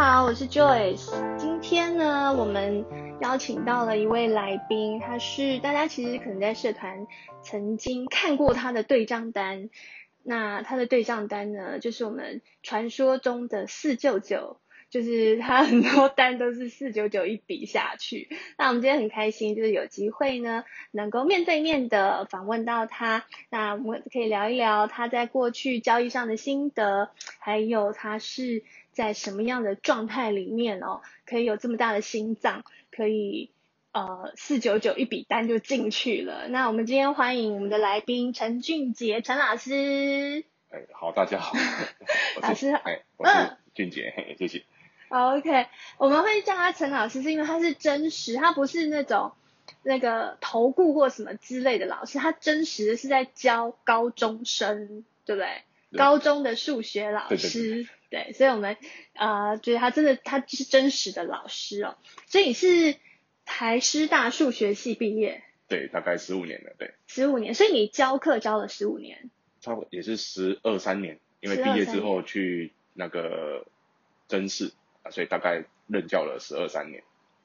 好，我是 Joyce。今天呢，我们邀请到了一位来宾，他是大家其实可能在社团曾经看过他的对账单。那他的对账单呢，就是我们传说中的四舅舅，就是他很多单都是四九九一笔下去。那我们今天很开心，就是有机会呢，能够面对面的访问到他。那我们可以聊一聊他在过去交易上的心得，还有他是在什么样的状态里面哦，可以有这么大的心脏，可以呃四九九一笔单就进去了。那我们今天欢迎我们的来宾陈俊杰陈老师。哎，好，大家 好，老我师是好嗯哎，我是俊杰，嘿，谢谢。 OK，我们会叫他陈老师，是因为他是真实，他不是那种那个投顾或什么之类的老师，他真实的是在教高中生，对不对？对高中的数学老师，对，所以我们呃觉得他真的他是真实的老师哦。所以你是台师大数学系毕业，对，大概十五年了，对，十五年，所以你教课教了十五年，差不多也是十二三年，因为12毕业之后去那个真试啊，所以大概任教了十二三年。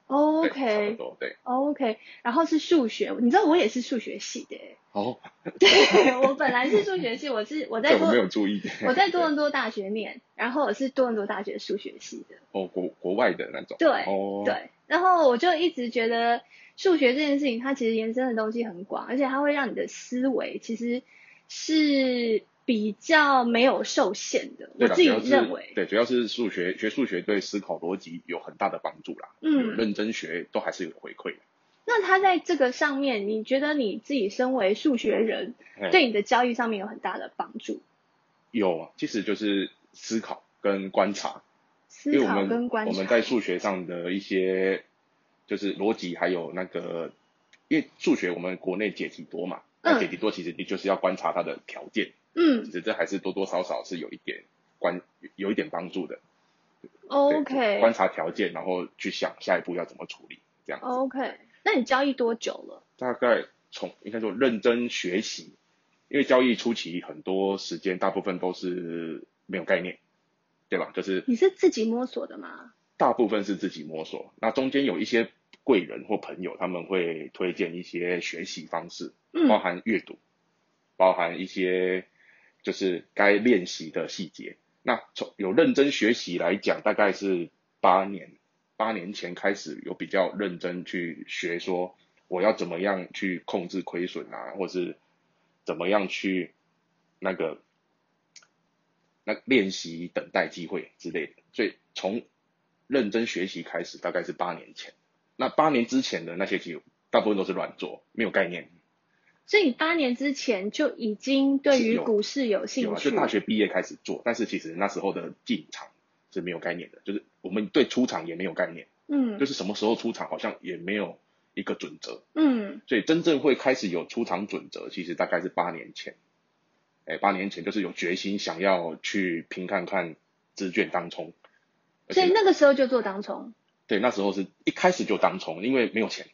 对差不 OK 多，对。 OK，然后是数学，你知道我也是数学系的耶。哦，对， 我本来是数学系，我是我在这多我没有注意。我在多伦多大学念，然后我是多伦多大学数学系的，哦，国国外的那种。对哦，对，然后我就一直觉得数学这件事情，它其实延伸的东西很广，而且它会让你的思维其实是比较没有受限的，我对啦，自主己要是认为，对，主要是数学，学数学对思考逻辑有很大的帮助啦。有嗯，认真学都还是有回馈的。那它在这个上面，你觉得你自己身为数学人，嘿对你的交易上面有很大的帮助，有啊，其实就是思考跟观察。思因为我考们跟观察，我们在数学上的一些就是逻辑，还有那个，因为数学我们国内解题多嘛，那嗯解题多其实你就是要观察它的条件，嗯其实这还是多多少少是有一点关有一点帮助的。对，OK，观察条件，然后去想下一步要怎么处理，这哦样子。 OK，那你交易多久了？大概从应该说认真学习，因为交易初期很多时间大部分都是没有概念，对吧？就是你是自己摸索的吗？大部分是自己摸索，那中间有一些贵人或朋友，他们会推荐一些学习方式，包嗯含阅读，包含一些就是该练习的细节。那从有认真学习来讲，大概是八年，八年前开始有比较认真去学，说我要怎么样去控制亏损啊，或是怎么样去那个那练习等待机会之类的。所以从认真学习开始，大概是八年前。那八年之前的那些，其实大部分都是乱做，没有概念。所以你八年之前就已经对于股市有有兴啊，趣就，大学毕业开始做，但是其实那时候的进场是没有概念的，就是我们对出场也没有概念，就嗯是什么时候出场好像也没有一个准则，嗯所以真正会开始有出场准则，其实大概是八年前，哎，八年前就是有决心想要去拼看看资券当冲，而所以且那个时候就做当冲。对那时候是一开始就当冲，因为没有钱，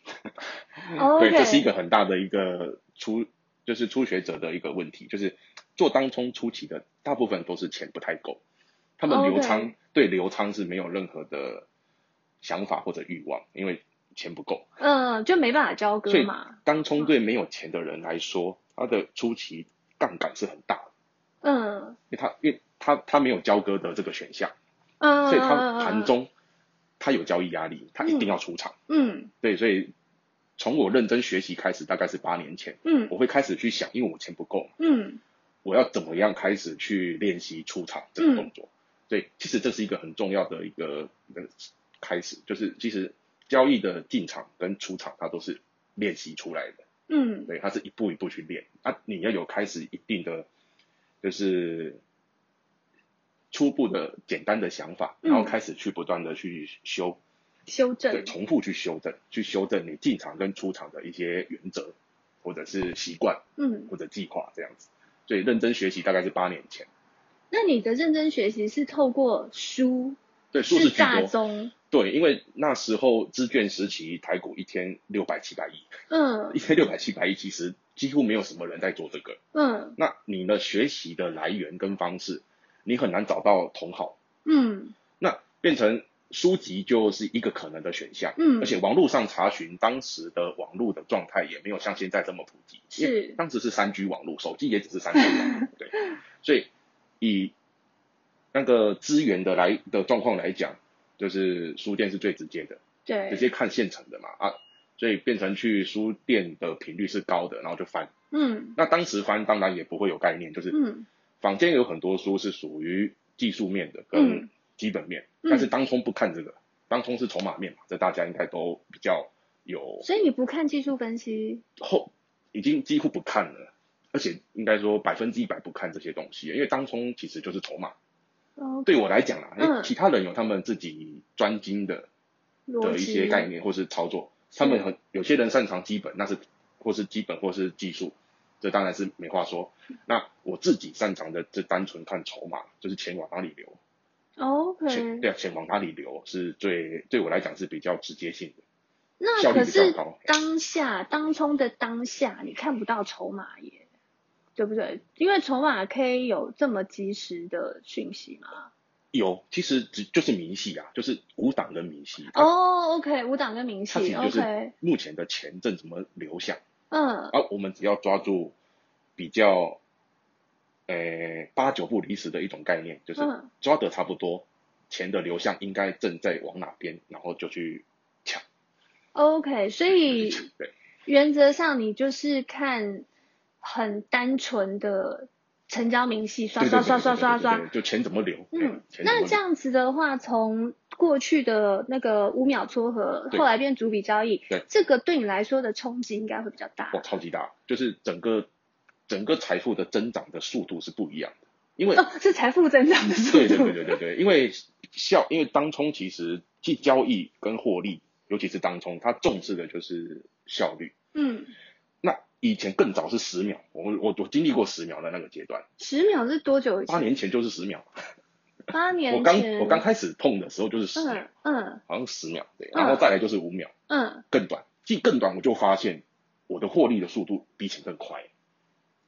嗯对，这是一哦 OK，个很大的一个初就是初学者的一个问题，就是做当冲初期的大部分都是钱不太够，他哦们留仓 OK 对留仓是没有任何的想法或者欲望，因为钱不够。嗯，就没办法交所割以嘛，当冲对没有钱的人来说，他的初期杠杆是很大的，嗯因为他因为他他没有交割的这个选项，嗯，所以他盘中他有交易压力，他一定要出场。嗯对，所以从我认真学习开始，大概是八年前。嗯我会开始去想，因为我钱不够，嗯我要怎么样开始去练习出场这个动作。所以其实这是一个很重要的一个一个开始，就是其实交易的进场跟出场，它都是练习出来的，嗯对，它是一步一步去练。啊，你要有开始一定的就是初步的简单的想法，嗯然后开始去不断的去修，修对，正，重复去修正，去修正你进场跟出场的一些原则或者是习惯。嗯，或者计划这样子。所以认真学习大概是八年前，那你的认真学习是透过书，对，硕士是居大多，宗，对，因为那时候资券时期台股一天六百七百亿，嗯一天六百七百亿，其实几乎没有什么人在做这个。嗯那你的学习的来源跟方式，你很难找到同好，嗯那变成书籍就是一个可能的选项，嗯而且网络上查询当时的网络的状态也没有像现在这么普及，是因为当时是三 G 网络，手机也只是三 G 网络， 对，所以以那个资源的来的状况来讲，就是书店是最直接的，对，直接看现成的嘛啊，所以变成去书店的频率是高的，然后就翻。嗯那当时翻当然也不会有概念，就是嗯坊间有很多书是属于技术面的嗯跟基本面，嗯但是当冲不看这个，当冲是筹码面嘛，这大家应该都比较有所以你不看技术分析，后，已经几乎不看了，而且应该说百分之一百不看这些东西，因为当冲其实就是筹码。哦，对我来讲啦，因为嗯其他人有他们自己专精的逻的一辑些概，念或是操作，他们很有些人擅长基本，那是或是基本或是技术，这当然是没话说。那我自己擅长的，就单纯看筹码，就是钱往哪里流，钱 OK，对啊，钱往哪里流是最对我来讲是比较直接性的，效那可率比较是高。当下当冲的当下，你看不到筹码耶，对不对？因为筹码可以有这么及时的讯息吗？有，其实只就是明细啊，就是五档跟明细。啊哦，OK，五档跟明它其细实就是，OK，目前的钱正怎么流向，嗯啊，我们只要抓住比较，呃，八九不离十的一种概念，就是嗯抓得差不多，钱的流向应该正在往哪边，然后就去抢， ，OK，所去以抢对，原则上你就是看很单纯的成交明细，刷对刷刷刷刷，刷对对对对对对，对就钱怎么流，嗯对，钱怎么那流这样子的话，从过去的那个五秒撮合，对后来变逐笔交易，对这个对你来说的冲击应该会比较大。哇，超级大，就是整个整个财富的增长的速度是不一样的，因为哦，是财富增长的 速对对度。对对对对，因为效，因为当冲其实既交易跟获利，尤其是当冲，它重视的就是效率。嗯，那以前更早是十秒，我我我经历过十秒的那个阶段，十秒是多久以八前？年前就是十秒。八年我刚前。我刚开始碰的时候就是十秒，嗯嗯好像十秒对，嗯然后再来就是五秒，嗯，更短。既更短，我就发现我的获利的速度比以前更快，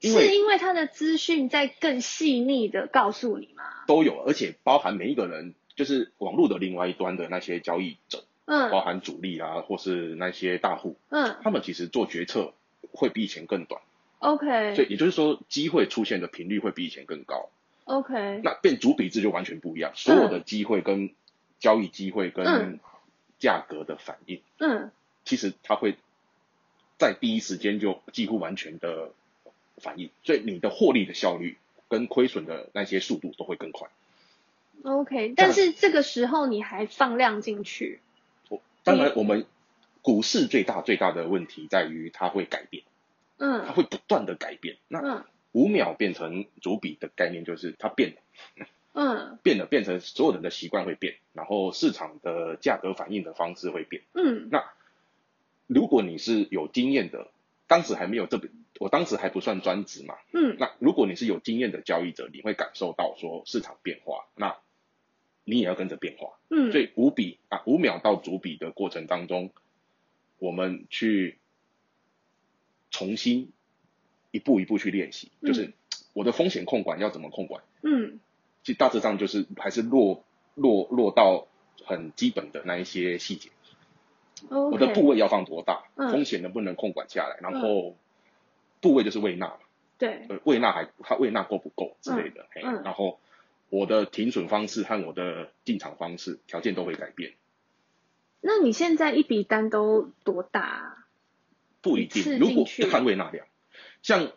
因是为因为它的资讯在更细腻的告诉你吗？都有，而且包含每一个人，就是网络的另外一端的那些交易者，包嗯含主力啊，或是那些大户，嗯他们其实做决策会比以前更短，所，OK 以也就是说，机会出现的频率会比以前更高。 OK，那变主笔制就完全不一样，所有的机会跟交易机会嗯跟价格的反应，嗯其实它会在第一时间就几乎完全的反应，所以你的获利的效率跟亏损的那些速度都会更快。 OK，但是这个时候你还放量进去，我当然，我们股市最大最大的问题在于它会改变，它嗯会不断的改变。那嗯五秒变成主笔的概念就是它变了。嗯变了，变成所有人的习惯会变，然后市场的价格反应的方式会变。嗯那如果你是有经验的，当时还没有这个，我当时还不算专职嘛。嗯那如果你是有经验的交易者，你会感受到说市场变化，那你也要跟着变化。嗯，所以五笔啊，五秒到主笔的过程当中，我们去重新一步一步去练习，嗯就是我的风险控管要怎么控管。嗯其实大致上就是还是落落落到很基本的那一些细节。 ，OK，我的部位要放多大，嗯风险能不能控管下来，然后部位就是胃纳嘛，对，呃，胃纳还它胃纳够不够之类的，嘿嗯然后我的停损方式和我的进场方式条件都会改变，那你现在一笔单都多大啊？不一一次定，如进果去要看胃纳量，像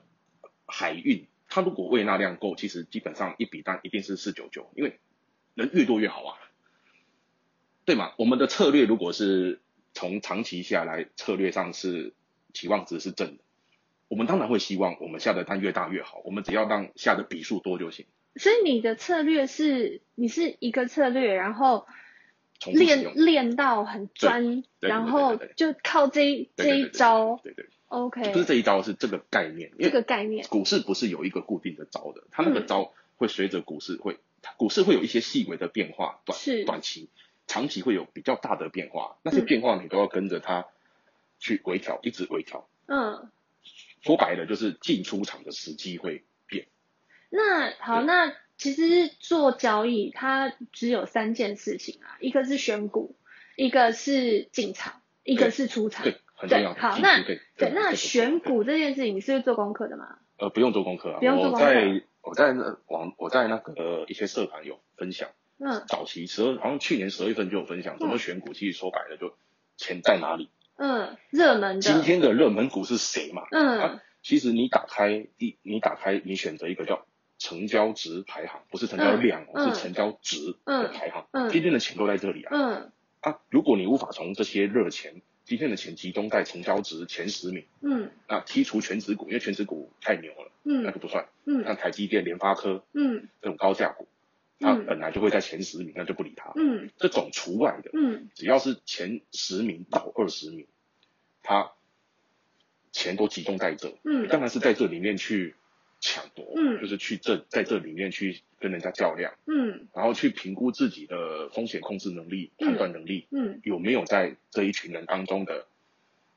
海运，它如果胃纳量够，其实基本上一笔单一定是四九九，因为人越多越好啊，对嘛？我们的策略如果是从长期下来，策略上是期望值是正的，我们当然会希望我们下的单越大越好，我们只要让下的笔数多就行，所以你的策略是，你是一个策略，然后重复使练用。练到很专，对对然对后对对就靠这一对这一招对对对对，不是，OK，这一招，是这个概念，因这为个概念，股市不是有一个固定的招的，它那嗯个招会随着股市会，股市会有一些细微的变化，短是嗯短期、长期会有比较大的变化，那些变化你都要跟着它去微调，一直微调。嗯，说白了就是进出场的时机会变，那好，对那其实做交易它只有三件事情啊，一个是选股，一个是进场，一个是出场。对，很重要。好技术那对对，那对选股这件事情你是做功课的吗？呃不用做功课啊，不用做功我课在我在那网我在那个呃一些社团有分享，嗯早期十二好像去年十二月份就有分享，怎么选股，其实说白了就钱在哪里，嗯，热门今的，天的热门股是谁嘛？嗯啊其实你打开一，你打开你选择一个叫成交值排行，不是成交量哦，嗯嗯是成交值的排行。嗯今天的钱都在这里啊。嗯啊，如果你无法从这些热钱，今天的钱集中在成交值前十名，嗯那剔除全指股，因为全指股太牛了，那嗯就不算。嗯像台积电、联发科嗯这种高价股，它嗯本来就会在前十名，那就不理它。嗯这种除外的，嗯只要是前十名到二十名，它钱都集中在这。嗯当然是在这里面去抢夺，嗯就是去这在这里面去跟人家较量，嗯然后去评估自己的风险控制能力、嗯判断能力嗯有没有在这一群人当中的，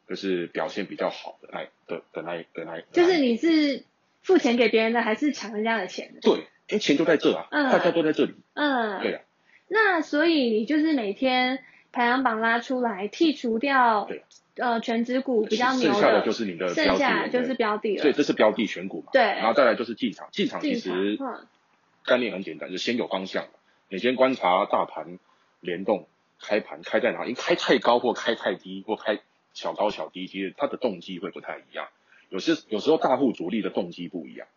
就是表现比较好的那的的那的那，就是的你是付钱给别人的，还是抢人家的钱的？那对，因为钱就在这啊，嗯大家都在这里，嗯，对啊，那所以你就是每天排行榜拉出来，剔除掉对呃全指股比较牛剩下的就是你的标剩的下了，就是标的对所以了。这是标的选股嘛，然对，后再来就是进场，进场其进场，实嗯概念很简单，就先有方向，你先观察大盘联动开盘开在哪里，开太高或开太低或开小高小低，其实它的动机会不太一样。有些有时候大户主力的动机不一样，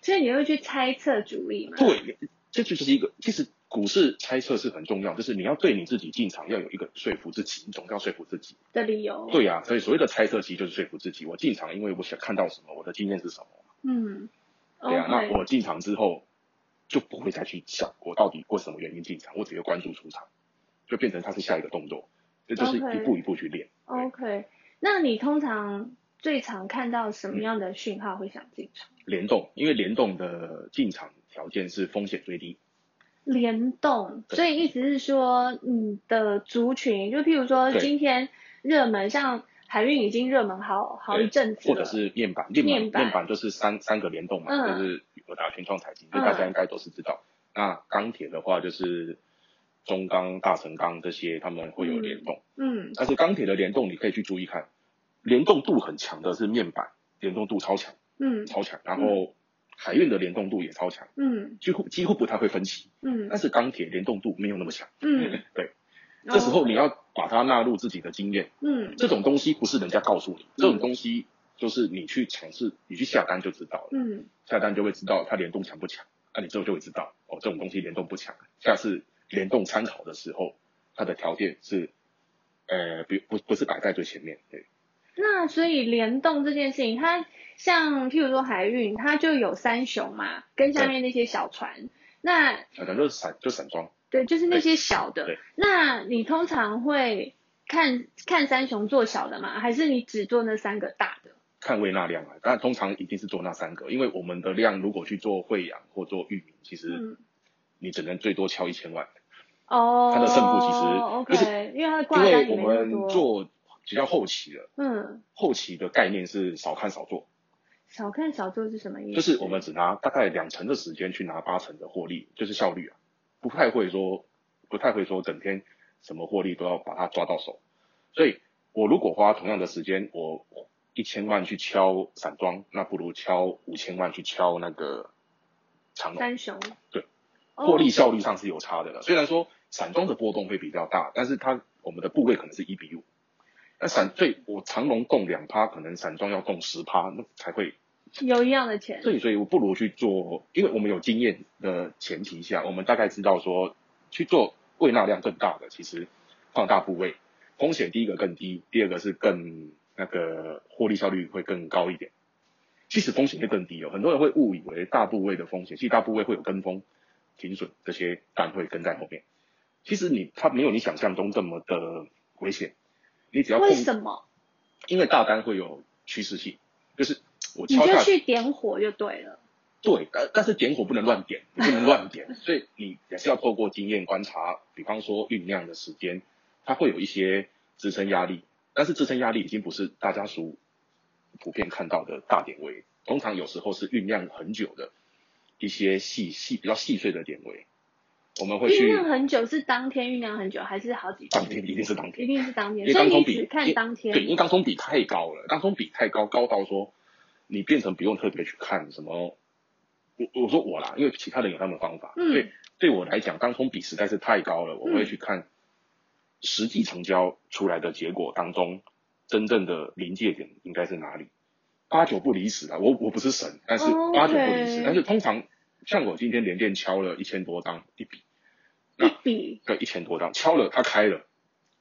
所以你会去猜测主力嘛？对，这就是一个其实股市猜测是很重要，就是你要对你自己进场要有一个说服自己，你总要说服自己。的理由。，对呀、所以所谓的猜测其实就是说服自己，我进场因为我想看到什么，我的经验是什么。嗯对啊，那，OK，我进场之后就不会再去想我到底为什么原因进场，我只会关注出场，就变成它是下一个动作，这就是 OK 一步一步去练。 OK，那你通常最常看到什么样的讯号会想进场？联动，因为联动的进场条件是风险最低，联动，对所以意思是说你的族群，就譬如说对今天热门，像海运已经热门好好一阵子或了，者是面板，面板面板就是三三个联动嘛，嗯就是友达、群创、财经，嗯这大家应该都是知道。那钢铁的话就是中钢、大成钢这些，他们会有联动，嗯但是钢铁的联动你可以去注意看，联动度很强的是面板，联动度超强。嗯超强，然后海运的联动度也超强，嗯几乎几乎不太会分歧。嗯但是钢铁联动度没有那么强，嗯， 对，这时哦候你要把它纳入自己的经验。嗯这种东西不是人家告诉你，这种东西就是你去尝试，你去下单就知道了，嗯下单就会知道它联动强不强。那、你之后就会知道，哦，这种东西联动不强，下次联动参考的时候，它的条件是，呃，不不不是摆在最前面，对。那所以联动这件事情，它像譬如说海运，它就有三雄嘛，跟下面那些小船。那反正就是散就散装，对，就是那些小的对。那你通常会看看三雄做小的吗？还是你只做那三个大的？看胃纳量啊，但通常一定是做那三个，因为我们的量如果去做惠阳或做域名，其实嗯，你只能最多敲一千万，哦，它的胜负其实 OK，就是因为它的因挂单为里我面那么们多，做比较后期了，嗯，后期的概念是少看少做，少看少做是什么意思？就是我们只拿大概两成的时间去拿八成的获利，就是效率啊，不太会说不太会说整天什么获利都要把它抓到手，所以我如果花同样的时间，我一千万去敲散装，那不如敲五千万去敲那个长龙。三雄，对，哦获利效率上是有差的了。虽然说散装的波动会比较大，但是它我们的部位可能是一比五。那散最我长龙动两趴，可能散装要动十趴，那才会。有一样的钱，所以，所以我不如去做，因为我们有经验的前提下，我们大概知道说去做胃纳量更大的，其实放大部位风险第一个更低，第二个是更那个获利效率会更高一点。其实风险会更低哦，很多人会误以为大部位的风险，其实大部位会有跟风、停损这些单会跟在后面。其实你它没有你想象中这么的危险，你只要控为，什么？因为大单会有趋势性，就是我你敲就下去点火就对了。对，但但是点火不能乱点，你不能乱 点，所以你也是要透过经验观察，比方说酝酿的时间，它会有一些支撑压力，但是支撑压力已经不是大家所普遍看到的大点位，通常有时候是酝酿很久的，一些细细比较细碎的点位，我们会酝去酿很久是当天酝酿很久，还是好几当天一定是当一天，定是当天，因为所以当你冲比只看当天。对，因为当冲比太高了，当冲比太高，高到说你变成不用特别去看什么。我我说我啦，因为其他人有他们的方法，嗯对对我来讲，当冲比实在是太高了，我会去看实际成交出来的结果当中，真正的临界点应该是哪里，八九不离十啊，我我不是神，但是哦八九不离十， OK 但是通常像我今天连电敲了一千多张一笔，一笔对，一千多张，敲了它开了，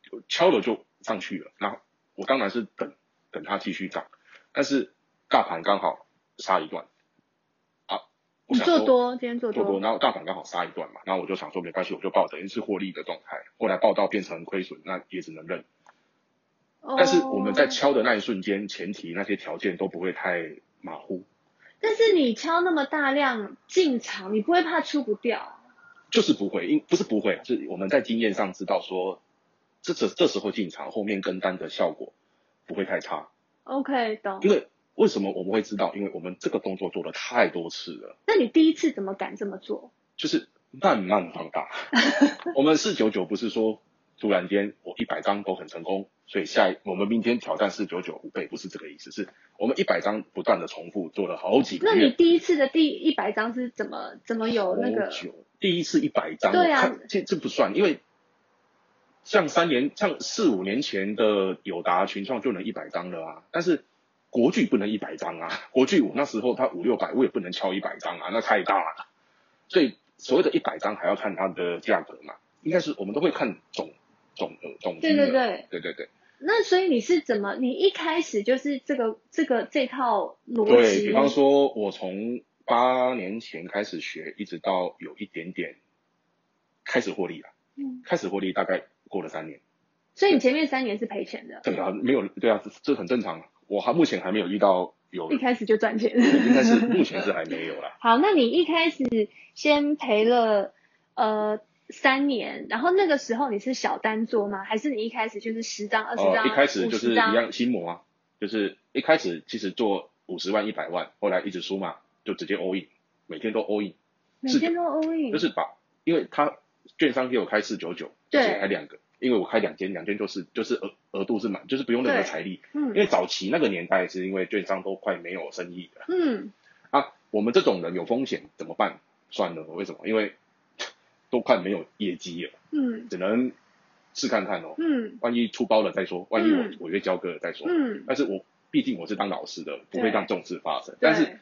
就敲了就上去了。然后我当然是等等它继续涨，但是大盘刚好杀一段啊，我你想做说多，今天做做多，多，然后大盘刚好杀一段嘛，然后我就想说没关系，我就抱着一次获利的状态，后来报到变成亏损，那也只能认。但是我们在哦敲的那一瞬间，前提那些条件都不会太马虎，但是你敲那么大量进场，你不会怕出不掉？就是不会，因不是不会，啊是我们在经验上知道说，这这这时候进场，后面跟单的效果不会太差。 OK，懂。因为为什么我们会知道？因为我们这个动作做了太多次了，那你第一次怎么敢这么做？就是慢慢 放大。我们四九九不是说突然间我一百张都很成功，所以下一我们明天挑战四九九五倍，不是这个意思，是我们一百张不断的重复做了好几那个你月。第一次的第一百张是怎么怎么有那个好？久第一次一百张，对我啊看这这不算，因为像三年、像四五年前的友达群创就能一百张了啊，但是国巨不能一百张啊， 国巨我那时候它五六百，我也不能敲一百张啊，那太大了。所以所谓的一百张还要看它的价格嘛，应该是我们都会看总总额总金对对额对。对对对那所以你是怎么？你一开始就是这个这个这套逻对辑，比方说，我从八年前开始学，一直到有一点点开始获利了，嗯，开始获利大概过了三年。所以你前面三年是赔钱的，对啊，没有对啊，这这很正常啊。我还目前还没有遇到有，一开始就赚钱。应该是目前是还没有啦。 好，那你一开始先赔了呃三年，然后那个时候你是小单做吗？还是你一开始就是十张、二十呃，张、一开始就是50一张样心魔啊，就是一开始其实做五十万、一百万，后来一直输嘛，就直接 all in，每天都 all in，每天都 all in，就是把，因为他券商给我开四九九，对而且开两个，因为我开两间，两间就是就是额额度是满，就是不用任何对财力，因嗯为早期那个年代是因为券商都快没有生意了。嗯，啊，我们这种人有风险怎么办？算了，为什么？因为都快没有业绩了，嗯只能试看看哦。嗯万一出包了再说，万一我嗯违约交割了再说。嗯，但是我毕竟我是当老师的，不会对让这种事发生。对但是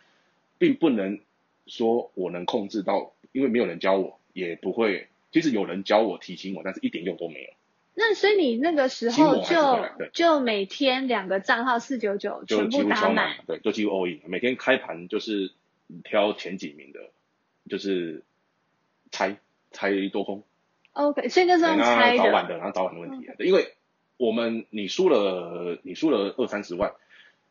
并不能说我能控制到，因为没有人教我，也不会。其实有人教我提醒我，但是一点用都没有。那所以你那个时心魔候还是回来就对就每天两个账号四九九就全几部乎打敲满，，对，就几乎 all in，每天开盘就是挑前几名的，就是猜猜多空， OK，所以那时候对用哎那猜早晚的，的，然后早晚的问题啊，对因为我们你输了，你输了二三十万，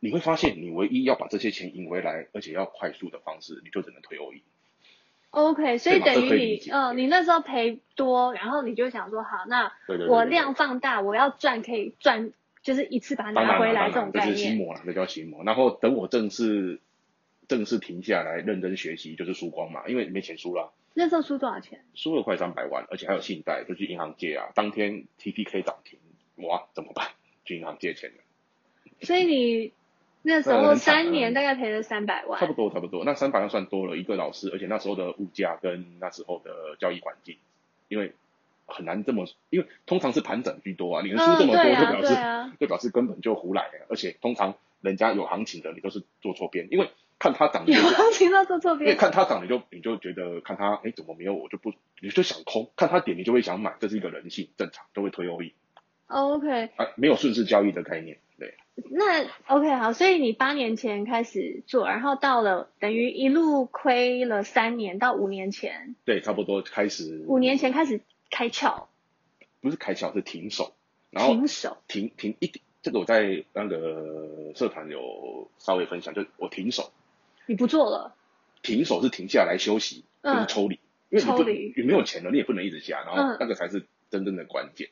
你会发现你唯一要把这些钱赢回来，而且要快速的方式，你就只能推 all in。 OK，所以对嘛等这可以理于你，解嗯、对你那时候赔多，然后你就想说，好，那对对对我对量放大，我要赚可以赚，就是一次把它当拿然回了，来当这种然，这概是心念。魔啦，这叫心魔。然后等我正式正式停下来认真学习，就是输光嘛，因为没钱输了啊。那时候输多少钱？输了快三百万，而且还有信贷，就去银行借啊。当天 TPK 涨停，哇，怎么办？去银行借钱了，所以你那时那候很惨啊三年大概赔了三百差万不。多差不多。那三百万算多了，一个老师，而且那时候的物价跟那时候的交易环境，因为很难这么，因为通常是盘整居多啊，你能输这嗯，么多，对就啊，表对示、啊， 就表示根本就胡来了。而且通常人家有行情的，你都是做错边，因为看它涨，你有啊就听到坐错因为边。看它涨，你就你就觉得看它，哎，怎么没有我就不，你就想空；看它点，你就会想买，这是一个人性，正常都会推欧 E。 OK，啊，没有顺势交易的概念，对，那 OK 好，所以你八年前开始做，然后到了等于一路亏了三年到五年前，对，差不多开始五年前开始开窍不是开窍是停手，然后停手。停停一点，这个我在那个社团有稍微分享，就我停手，你不做了，停手是停下来休息，就是嗯抽离，因为你不抽离你没有钱了，你也不能一直下，然后嗯那个才是真正的关键，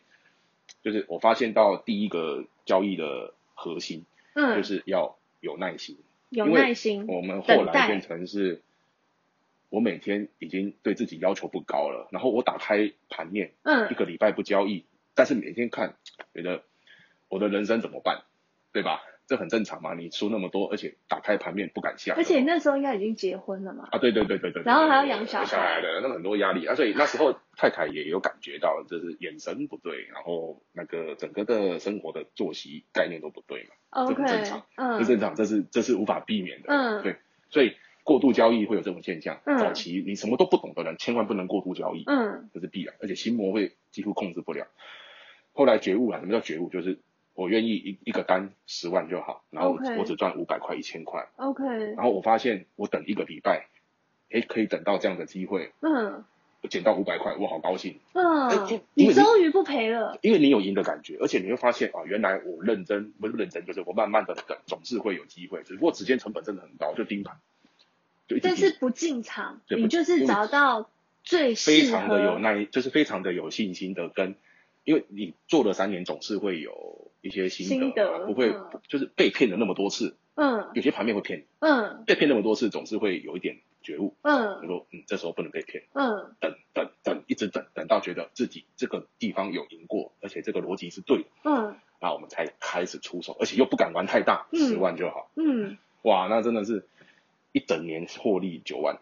就是我发现到第一个交易的核心就嗯，是要有耐心，有因为耐心，我们后等待来变成是我每天已经对自己要求不高了，然后我打开盘面，一嗯，个礼拜不交易，但是每天看，觉得我的人生怎么办，对吧？这很正常嘛，你输那么多，而且打开盘面不敢下手，而且你那时候应该已经结婚了嘛，啊，对对对对对，然后还要养小孩小孩的，那个很多压力啊，所以那时候太太也有感觉到，就是眼神不对，然后那个整个的生活的作息概念都不对嘛，这很正常 OK，嗯这正常，这是这是无法避免的，嗯对，所以过度交易会有这种现象，嗯早期你什么都不懂的人，千万不能过度交易，嗯这是必然，而且心魔会几乎控制不了。后来觉悟了，什么叫觉悟？就是我愿意一一个单十万就好，然后我 OK 我只赚五百块、一千块， ，OK，然后我发现我等一个礼拜，诶，可以等到这样的机会，嗯我捡到五百块，我好高兴，哎嗯就，因你为你终于不赔了，因为你有赢的感觉，而且你会发现啊，原来我认真不是认真，就是我慢慢的等，总是会有机会，只不过时间成本真的很高，就盯盘，就一直但盯是不进场，对你不就是找到最非适常的有合，耐，就是非常的有信心的跟，因为你做了三年，总是会有一些心得嘛，心得不会、嗯就是被骗了那么多次，嗯有些盘面会骗你，嗯被骗那么多次，总是会有一点觉悟，我嗯说嗯，这时候不能被骗，嗯等等等，一直等，等到觉得自己这个地方有赢过，而且这个逻辑是对的，嗯那我们才开始出手，而且又不敢玩太大，嗯十万就好，嗯，哇，那真的是一整年获利九万，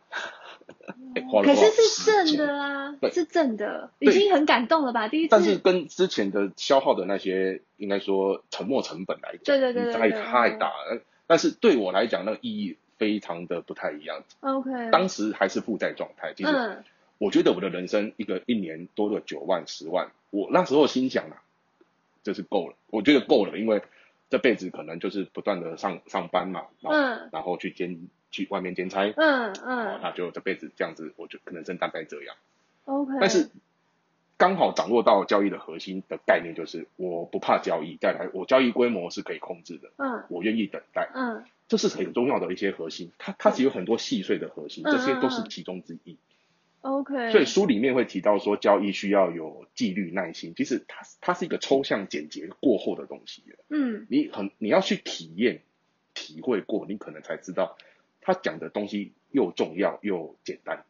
哎 花嗯了可多少是是时正间的啊，对是正的，已对经很感动了吧？第一但是次，跟之前的消耗的那些，应该说沉没成本来讲，对对对对差异对太大了。但是对我来讲，那个意义非常的不太一样。 ，OK，当时还是负债状态，其实嗯我觉得我的人生一个一年多了九万、十万，我那时候心想啊，这是够了，我觉得够了，因为这辈子可能就是不断的上上班嘛，然后、嗯然后去兼去外面兼差，嗯哦嗯那就这辈子这样子，我就可能真大概这样。 ，OK，嗯但是刚好掌握到交易的核心的概念，就是我不怕交易，再来我交易规模是可以控制的，嗯我愿意等待，嗯这是很重要的一些核心。它它只有很多细碎的核心，嗯这些都是其中之一。 ，OK，所以书里面会提到说，交易需要有纪律、耐心，其实它它是一个抽象、简洁过后的东西。嗯你很你要去体验、体会过，你可能才知道他讲的东西又重要又简单，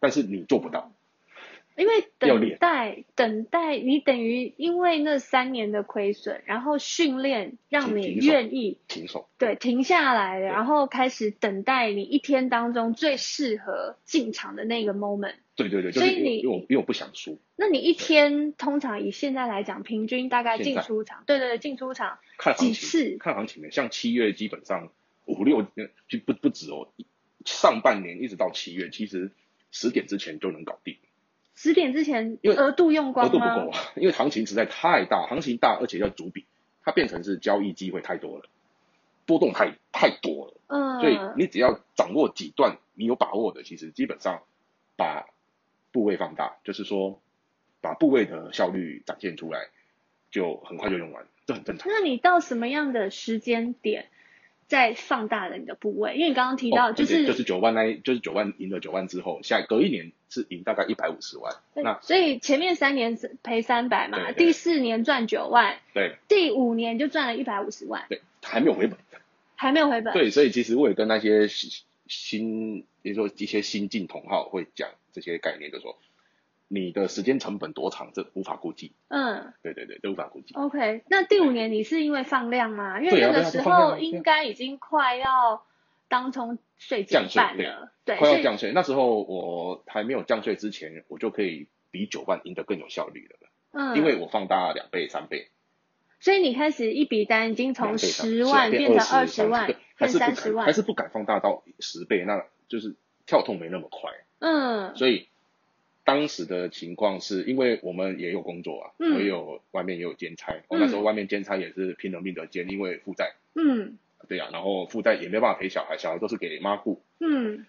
但是你做不到。因为要等练待，等待，你等于因为那三年的亏损，然后训练让停你停手愿意停手，对停下来，然后开始等待你一天当中最适合进场的那个 moment。对对对，就所以是因为你因为我因为我不想输，那你一天通常以现在来讲，平均大概现进在出场，对对对，进出场看行几情，次？看行情的，像七月基本上五六呃就不不止哦，上半年一直到七月，其实十点之前就能搞定，十点之前因为额度用额光度不够吗？啊，因为行情实在太大，行情大而且要逐笔，它变成是交易机会太多了，波动太太多了，嗯，所以你只要掌握几段你有把握的，其实基本上把部位放大，就是说把部位的效率展现出来，就很快就用完，这很正常。那你到什么样的时间点再放大了你的部位？因为你刚刚提到，哦就而且是、就是九万那一，就是九万赢了九万之后，下隔一年是赢大概一百五十万。对那所以前面三年是赔三百嘛，对对第四年赚九万，对第五年就赚了一百五十万，对，还没有回本。还没有回本。对，所以其实我也跟那些新新，也就是说一些新进同好会讲这些概念，就说你的时间成本多长，这无法估计。嗯对对对，这无法估计。 ，OK。那第五年你是因为放量吗？因为对啊那个对啊时就放量候啊应该已经快要当冲税减降税半了，对，快所要以降税，那时候我还没有降税之前，我就可以比九万赢得更有效率了，嗯，因为我放大两倍、三倍。所以你开始一笔单已经两从倍上十万变成二十20万对，还变是不三敢十万还，是不敢放大到十倍，那就是跳痛没那么快。嗯所以当时的情况是因为我们也有工作啊，嗯我也有外面也有兼差，我、嗯那时候外面兼差也是拼了命的兼，因为负债，嗯对啊，然后负债也没办法陪小孩，小孩都是给妈顾。嗯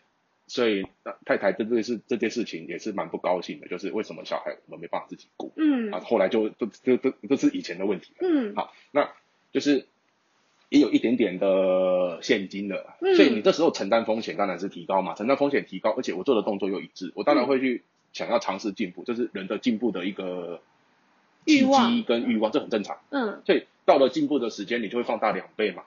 所以那太太对这事这件事情也是蛮不高兴的，就是为什么小孩我们没办法自己顾啊？嗯后来就这这这这是以前的问题了。嗯好，那就是也有一点点的现金了，嗯所以你这时候承担风险当然是提高嘛，承担风险提高，而且我做的动作又一致，我嗯当然会去想要尝试进步，这是人的进步的一个欲契望机跟欲望，这很正常。嗯所以到了进步的时间，你就会放大两倍嘛，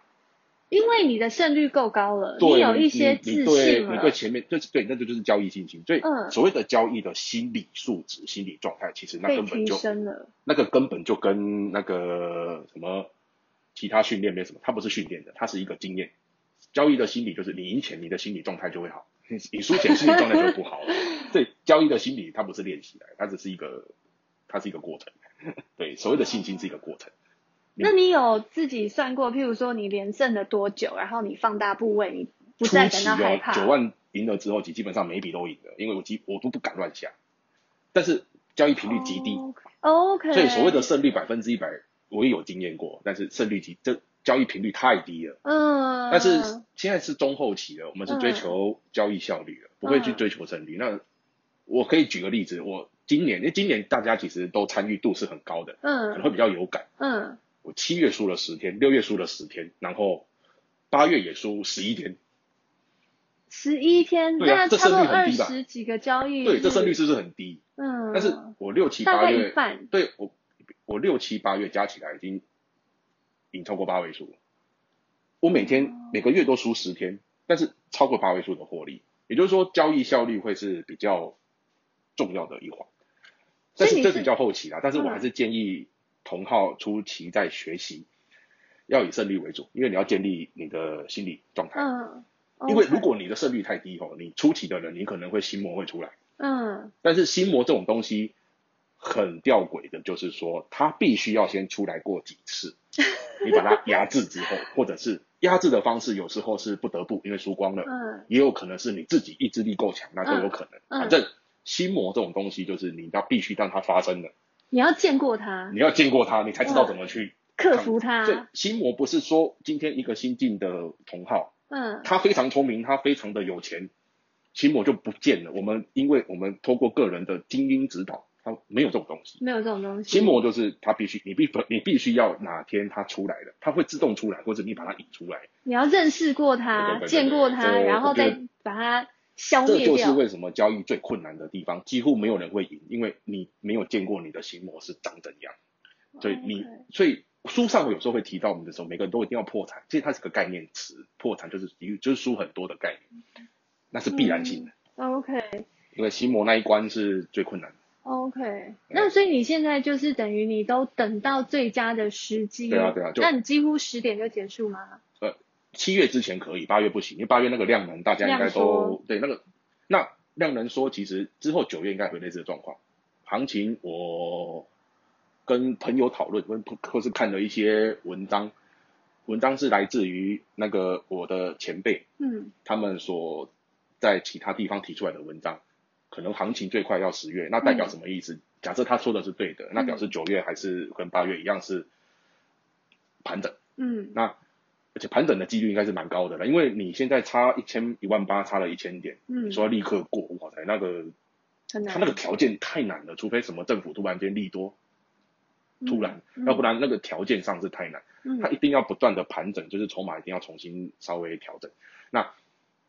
因为你的胜率够高了，对，有一些你自你对信你了对，前面，这对，那就就是交易信心。所以嗯所谓的交易的心理素质、心理状态，其实那被根提本就嗯升了。那个根本就跟那个什么其他训练没什么，它不是训练的，它是一个经验。交易的心理就是你赢钱，你的心理状态就会好；你你输钱，心理状态就会不好了。所以交易的心理它不是练习来，它只是一个，它是一个过程。对，所谓的信心是一个过程。你那你有自己算过，譬如说你连胜了多久，然后你放大部位，你不初再感期到害哦，怕？九万赢了之后，基基本上每一笔都赢了，因为我基我都不敢乱下，但是交易频率极哦低， OK，所以所谓的胜率百分之一百，我也有经验过，但是胜率极，这交易频率太低了。嗯，但是现在是中后期了，我们是追求交易效率了，不会嗯去追求胜率。那我可以举个例子，我今年，因为今年大家其实都参与度是很高的，可能嗯会比较有感。嗯，我七月输了十天，六月输了十天，然后八月也输十一天，十一天，对啊那差不多这胜率二很低吧十几个交易，对，这胜率，是不是很低？嗯，但是我六七大八概一月，半，对我我六七八月加起来已经赢超过八位数了。我每天每个月都输十天，但是超过八位数的获利，也就是说交易效率会是比较重要的一环。所但以你是是这比较后期啦，但是我还嗯是建议同号初期在学习，要以胜率为主，因为你要建立你的心理状态。嗯，因为 OK，如果你的胜率太低吼，你初期的人你可能会心魔会出来。嗯但是心魔这种东西很吊诡的，就是说它必须要先出来过几 次，你把它压制之后，或者是压制的方式，有时候是不得不，因为输光了，嗯也有可能是你自己意志力够强，那都有可能。嗯嗯反正心魔这种东西，就是你要必须让它发生了，你要见过他，你要见过它，你才知嗯道怎么去。克服所以他，心魔不是说今天一个新进的同号，嗯他非常聪明，他非常的有钱，心魔就不见了。我们因为我们透过个人的精英指导，他没有这种东西。没有这种东西，心魔就是他必须，你必你必须要哪天他出来了，他会自动出来，或者你把他引出来。你要认识过他，对对对对见过他，这个然后我觉得再把他消这灭就是掉。为什么交易最困难的地方，几乎没有人会赢，因为你没有见过你的心魔是长怎样。所以你 OK 所以书上有时候会提到我们的时候，每个人都一定要破产，其实它是个概念词，破产就是就是输很多的概念，那是必然性的，嗯 OK 因为心魔那一关是最困难的。 OK，那所以你现在就是等于你都等到最佳的时机，对啊对啊就那你几乎十点就结束吗？七月之前可以，八月不行，因为八月那个量能大家应该量都对那个那量能说，其实之后九月应该会类似的状况。行情我跟朋友讨论，跟或是看了一些文章，文章是来自于那个我的前辈嗯他们所在其他地方提出来的文章，可能行情最快要十月，那代表什么意思？假设他说的是对的，那表示九月还是跟八月一样是盘整。嗯那而且盘整的几率应该是蛮高的了，因为你现在差一千一万八，差了一千点，嗯啊你，说要立刻过，哇塞，那个很难他那个条件太难了，除非什么政府突然间利多，突然，要不然那个条件上是太难，嗯他一定要不断的盘整，就是筹码一定要重新稍微调整。那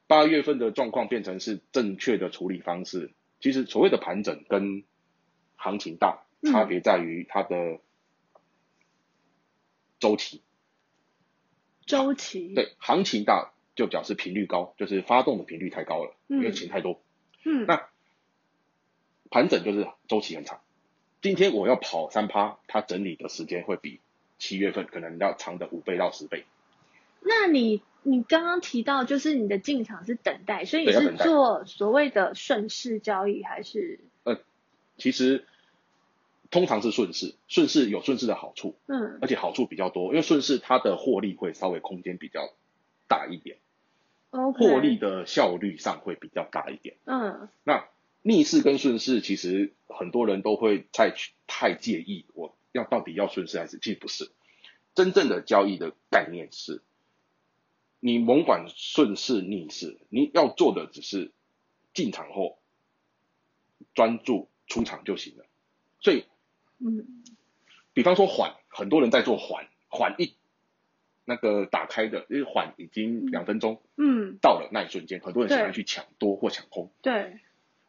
八月份的状况变成是正确的处理方式，其实所谓的盘整跟行情大嗯差别在于它的周期。周期，对，行情大就表示频率高，就是发动的频率太高了，因为嗯钱太多。嗯那盘整就是周期很长，今天我要跑三趴，它整理的时间会比七月份可能要长的五倍到十倍。那你你刚刚提到就是你的进场是等待，所以你对要是等待做所谓的顺势交易还是其实通常是顺势，顺势有顺势的好处，嗯而且好处比较多，因为顺势它的获利会稍微空间比较大一点， OK 获利的效率上会比较大一点。嗯那逆势跟顺势，其实很多人都会太去太介意，我要到底要顺势还是其实不是。真正的交易的概念是，你甭管顺势逆势，你要做的只是进场后专注出场就行了。所以，嗯比方说缓，很多人在做缓缓一那个打开的，因为缓已经两分钟嗯到了那一瞬间，很多人喜欢对去抢多或抢空。对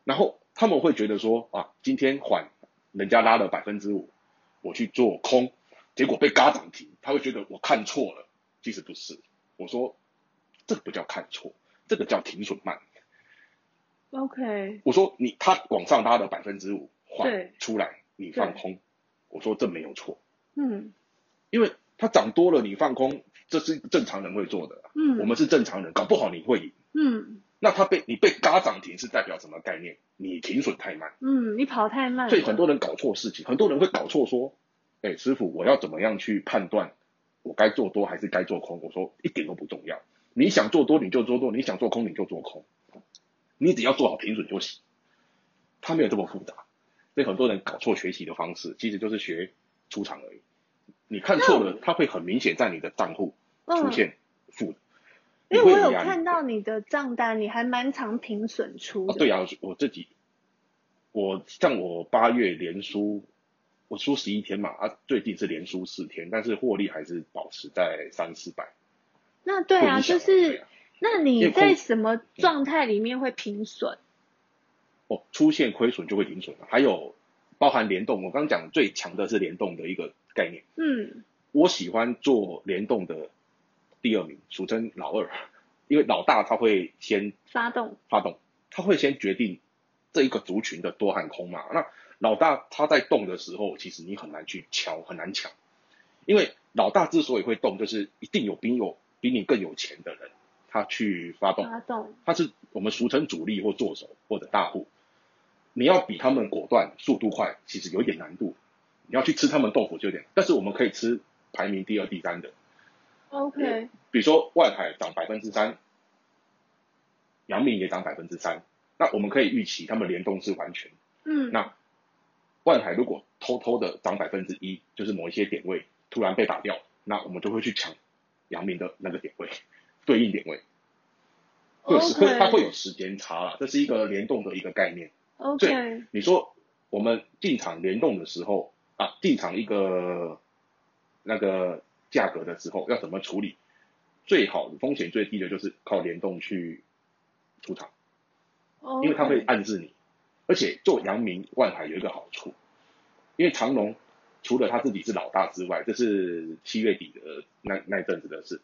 然后他们会觉得说啊，今天缓人家拉了百分之五，我去做空，结果被嘎涨停，他会觉得我看错了，其实不是，我说这个不叫看错，这个叫停损慢。 ，OK，我说你它往上拉了百分之五，对换出来你放空，我说这没有错，嗯因为它涨多了你放空，这是正常人会做的啊，嗯，我们是正常人，搞不好你会赢。嗯那它被你被嘎涨停是代表什么概念？你停损太慢，嗯，你跑太慢了，所以很多人搞错事情，很多人会搞错说，哎、师傅，我要怎么样去判断我该做多还是该做空？我说一点都不重要，你想做多你就做多，你想做空你就做空，你只要做好停损就行。它没有这么复杂，所以很多人搞错学习的方式，其实就是学出场而已。你看错了，它会很明显在你的账户出现负的，哦嗯，因为你会我有压力看到你的账单，你还蛮常平损出的，啊，对啊，我自己，我像我八月连输，我输十一天嘛，啊，最近是连输四天，但是获利还是保持在三四百。那对啊，不影响就啊对是啊那因你为空在什么状态里面会平损？哦，出现亏损就会停损了，啊还有包含联动，我刚刚讲最强的是联动的一个概念，嗯我喜欢做联动的第二名，俗称老二，因为老大他会先发动，发动，他会先决定这一个族群的多和空嘛。那老大他在动的时候，其实你很难去敲，很难抢，因为老大之所以会动，就是一定有比有比你更有钱的人，他去发动，发动，他是我们俗称主力或做手或者大户。你要比他们果断、速度快，其实有一点难度。你要去吃他们豆腐就有点，但是我们可以吃排名第二、第三的， OK，比如说万海涨百分之三，阳明也涨百分之三，那我们可以预期它们联动是完全。嗯，那万海如果偷偷的涨百分之一，就是某一些点位突然被打掉，那我们就会去抢阳明的那个点位，对应点位。会有时会 OK 它会有时间差啦，这是一个联动的一个概念。 OK，你说我们进场联动的时候啊，进场一个那个价格的时候要怎么处理？最好的风险最低的就是靠联动去出场，因为它会 OK 暗示你。而且做阳明万海有一个好处，因为长隆除了他自己是老大之外，这是七月底的那那一阵子的事，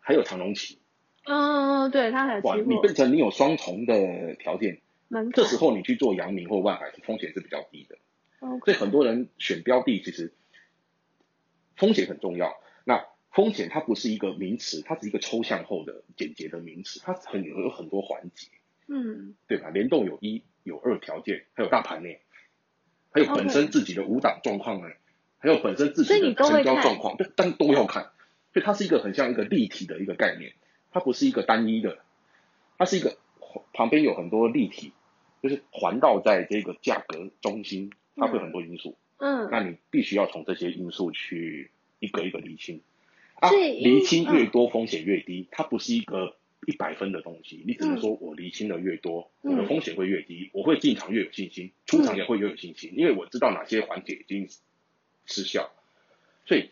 还有长隆期，嗯，对，它还有哇，期你货变成你有双重的条件，门槛这时候你去做阳明或万海，风险是比较低的。 ，OK，所以很多人选标的其实风险很重要。那风险它不是一个名词，它是一个抽象后的简洁的名词，它很有很多环节，嗯对吧？联动有一有二条件，还有大盘呢，还有本 OK 身自己的五档状况呢，还有本身自所以己你的都会成交看状况，对，但都要看。所以它是一个很像一个立体的一个概念，它不是一个单一的，它是一个旁边有很多立体，就是环绕在这个价格中心，它会很多因素。那嗯，你必须要从这些因素去一个一个厘清。啊，所以因嗯厘清越多，风险越低。它不是一个一百分的东西，你只嗯能说我厘清的越多，嗯我的风险会越低，我会进场越有信心，出场也会越有信嗯心，因为我知道哪些环节已经失效。所以，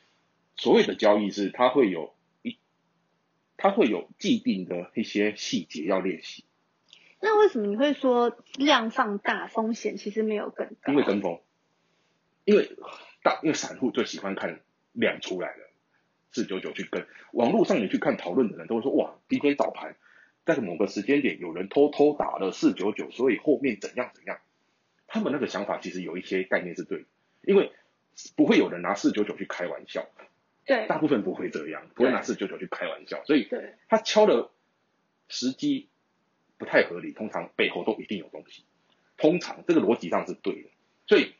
所谓的交易是它会有一，它会有既定的一些细节要练习，那为什么你会说量放大风险其实没有更高？因为跟风，因为大因为散户最喜欢看量出来了，四九九去跟。网络上你去看讨论的人都会说，哇，今天早盘在某个时间点有人偷偷打了四九九，所以后面怎样怎样。他们那个想法其实有一些概念是对的，因为不会有人拿四九九去开玩笑，对大部分不会这样，不会拿四九九去开玩笑，所以对，他敲的时机不太合理，通常背后都一定有东西。通常这个逻辑上是对的，所以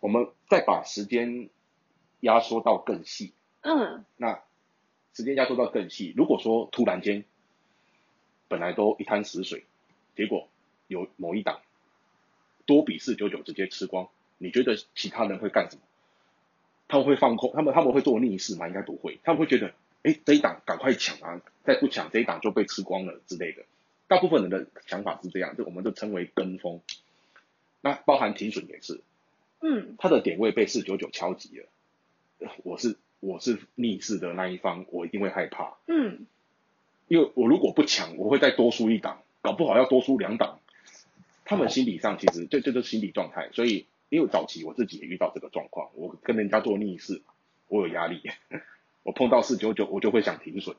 我们再把时间压缩到更细。嗯那时间压缩到更细，如果说突然间本来都一滩死水，结果有某一档多比四九九直接吃光，你觉得其他人会干什么？他们会放空，他们他们会做逆势吗？应该不会，他们会觉得，哎，这一档赶快抢啊，再不抢这一档就被吃光了之类的。大部分人的想法是这样，就我们就称为跟风。那包含停损也是，嗯他的点位被四九九敲击了，呃我是我是逆势的那一方，我一定会害怕，嗯，因为我如果不抢，我会再多输一档，搞不好要多输两档。他们心理上其实这这就是心理状态，所以因为早期我自己也遇到这个状况，我跟 人家做逆势，我有压力，我碰到四九九我就会想停损，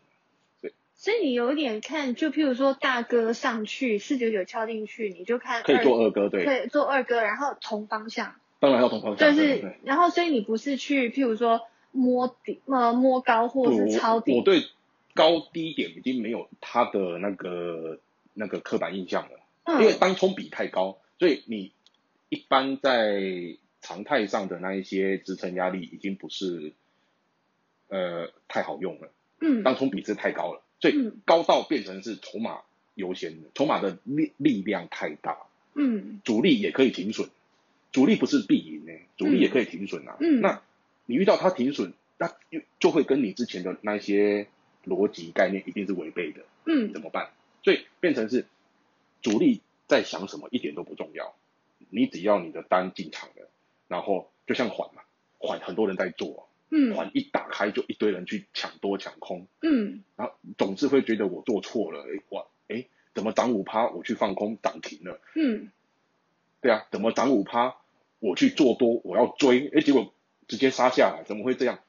所以所以你有点看，就譬如说大哥上去四九九敲进去，你就看可以做二哥二对，对做二哥，然后同方向，当然要同方就向。对是对然后所以你不是去譬如说摸底呃摸高或对是超我我底，对高低点已经没有他的那个那个刻板印象了，因为嗯单冲比太高，所以你一般在常态上的那一些支撑压力已经不是呃太好用了。嗯当冲比值太高了，所以嗯高到变成是筹码优先的，筹码的力力量太大，嗯主力也可以停损，主力不是必赢呢、欸主力也可以停损啊。嗯那你遇到它停损，那就就会跟你之前的那些逻辑概念一定是违背的，嗯怎么办？所以变成是主力在想什么一点都不重要，你只要你的单进场了，然后就像缓嘛，缓很多人在做，嗯缓一打开就一堆人去抢多抢空。嗯然后总是会觉得我做错了，诶哇，哎，怎么涨五趴我去放空涨停了？嗯对啊，怎么涨五趴我去做多我要追，哎，结果直接杀下来，怎么会这样？